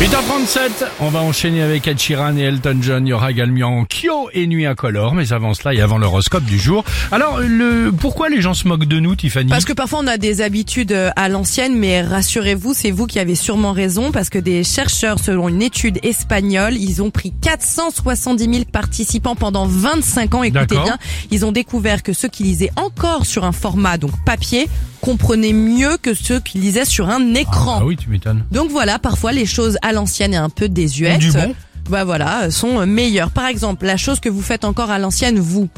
8h37, on va enchaîner avec Ed Sheeran et Elton John. Il y aura également Kyo et Nuit Incolore, mais avant cela et avant l'horoscope du jour. Alors, le pourquoi les gens se moquent de nous, Tiffany Parce que parfois on a des habitudes euh, à l'ancienne, mais rassurez-vous, c'est vous qui avez sûrement raison, parce que des chercheurs, selon une étude espagnole, ils ont pris 470 000 participants pendant 25 ans. Écoutez D'accord. bien, ils ont découvert que ceux qui lisaient encore sur un format, donc papier, comprenaient mieux que ceux qui lisaient sur un écran. Ah oui, tu m'étonnes. Donc voilà, parfois les choses à l'ancienne et un peu désuètes, Du bon. euh, bah voilà, euh, sont euh, meilleures. Par exemple, la chose que vous faites encore à l'ancienne, vous,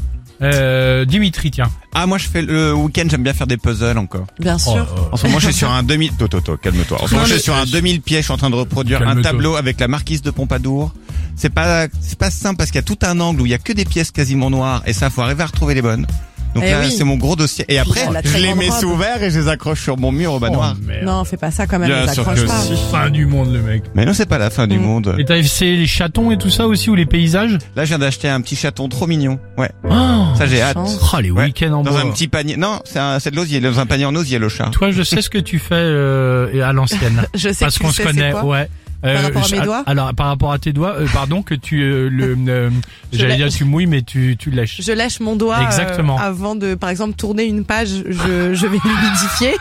Euh, Dimitri, tiens. Ah moi je fais le week-end j'aime bien faire des puzzles encore. bien sûr. Oh, En ce moment je suis sur un 2000 Toto, Toto, calme-toi. En ce moment je suis sur un 2000 pieds, je suis en train de reproduire un Calme-toi. tableau avec la marquise de Pompadour. C'est pas c'est pas simple parce qu'il y a tout un angle où il y a que des pièces quasiment noires et ça faut arriver à retrouver les bonnes. Donc Eh là oui. c'est mon gros dossier et après elle a je très les grande mets robe. sous verre et je les accroche sur mon mur au Oh, manoir. merde. Non, fais pas ça quand même, Bien les sûr accroche que pas. si. Fin du monde, le mec. Mais non c'est pas la fin du Mm. monde. Et t'as FC les chatons et tout ça aussi, ou les paysages Là je viens d'acheter un petit chaton trop mignon. Ouais. Ah, Ça j'ai hâte. chance. Oh, les Ouais. week-ends en Dans bois. un petit panier. Non, c'est un- c'est de l'osier, dans un panier en osier le chat. Toi, je sais ce que tu fais euh, et à l'ancienne. Je sais Parce que tu qu'on se sais, c'est connaît, quoi. ouais. Euh, Par rapport à mes je- doigts Alors, par rapport à tes doigts, euh, pardon, que tu euh, le, euh, Je j'allais l'a- dire tu mouilles, mais tu tu lèches. je lèche mon doigt euh, Exactement. avant de, par exemple, tourner une page. Je, je vais l'humidifier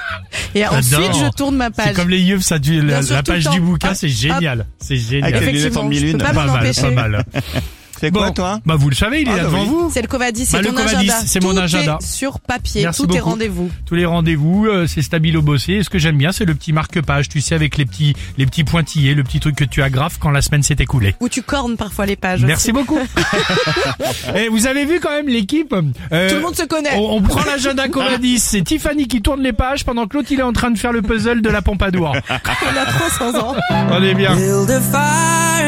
et ensuite je tourne ma C'est page. comme les yeux, ça tu, la, sûr, la tout le page temps. du bouquin, Hop, c'est génial, c'est génial. Avec les lunettes en Effectivement, je peux demi-lune. pas m'en mal, empêcher. pas mal. C'est quoi toi Bah vous le savez, il est Ah, là bah devant oui. vous. C'est le Covadis, c'est Bah, le ton Covadis, agenda. c'est mon Tout agenda. est sur papier, Merci tout est beaucoup. rendez-vous. Tous les rendez-vous, euh, c'est stabilo bossé. Et ce que j'aime bien, c'est le petit marque-page, tu sais, avec les petits les petits pointillés, le petit truc que tu agrafes quand la semaine s'est écoulée. Où tu cornes parfois les pages. aussi. Merci beaucoup. Et vous avez vu quand même l'équipe. euh, Tout le monde se connaît. On, on prend l'agenda Covadis, c'est Tiffany qui tourne les pages pendant que l'autre il est en train de faire le puzzle de la Pompadour. On a 300 ans. On est bien. Build a fire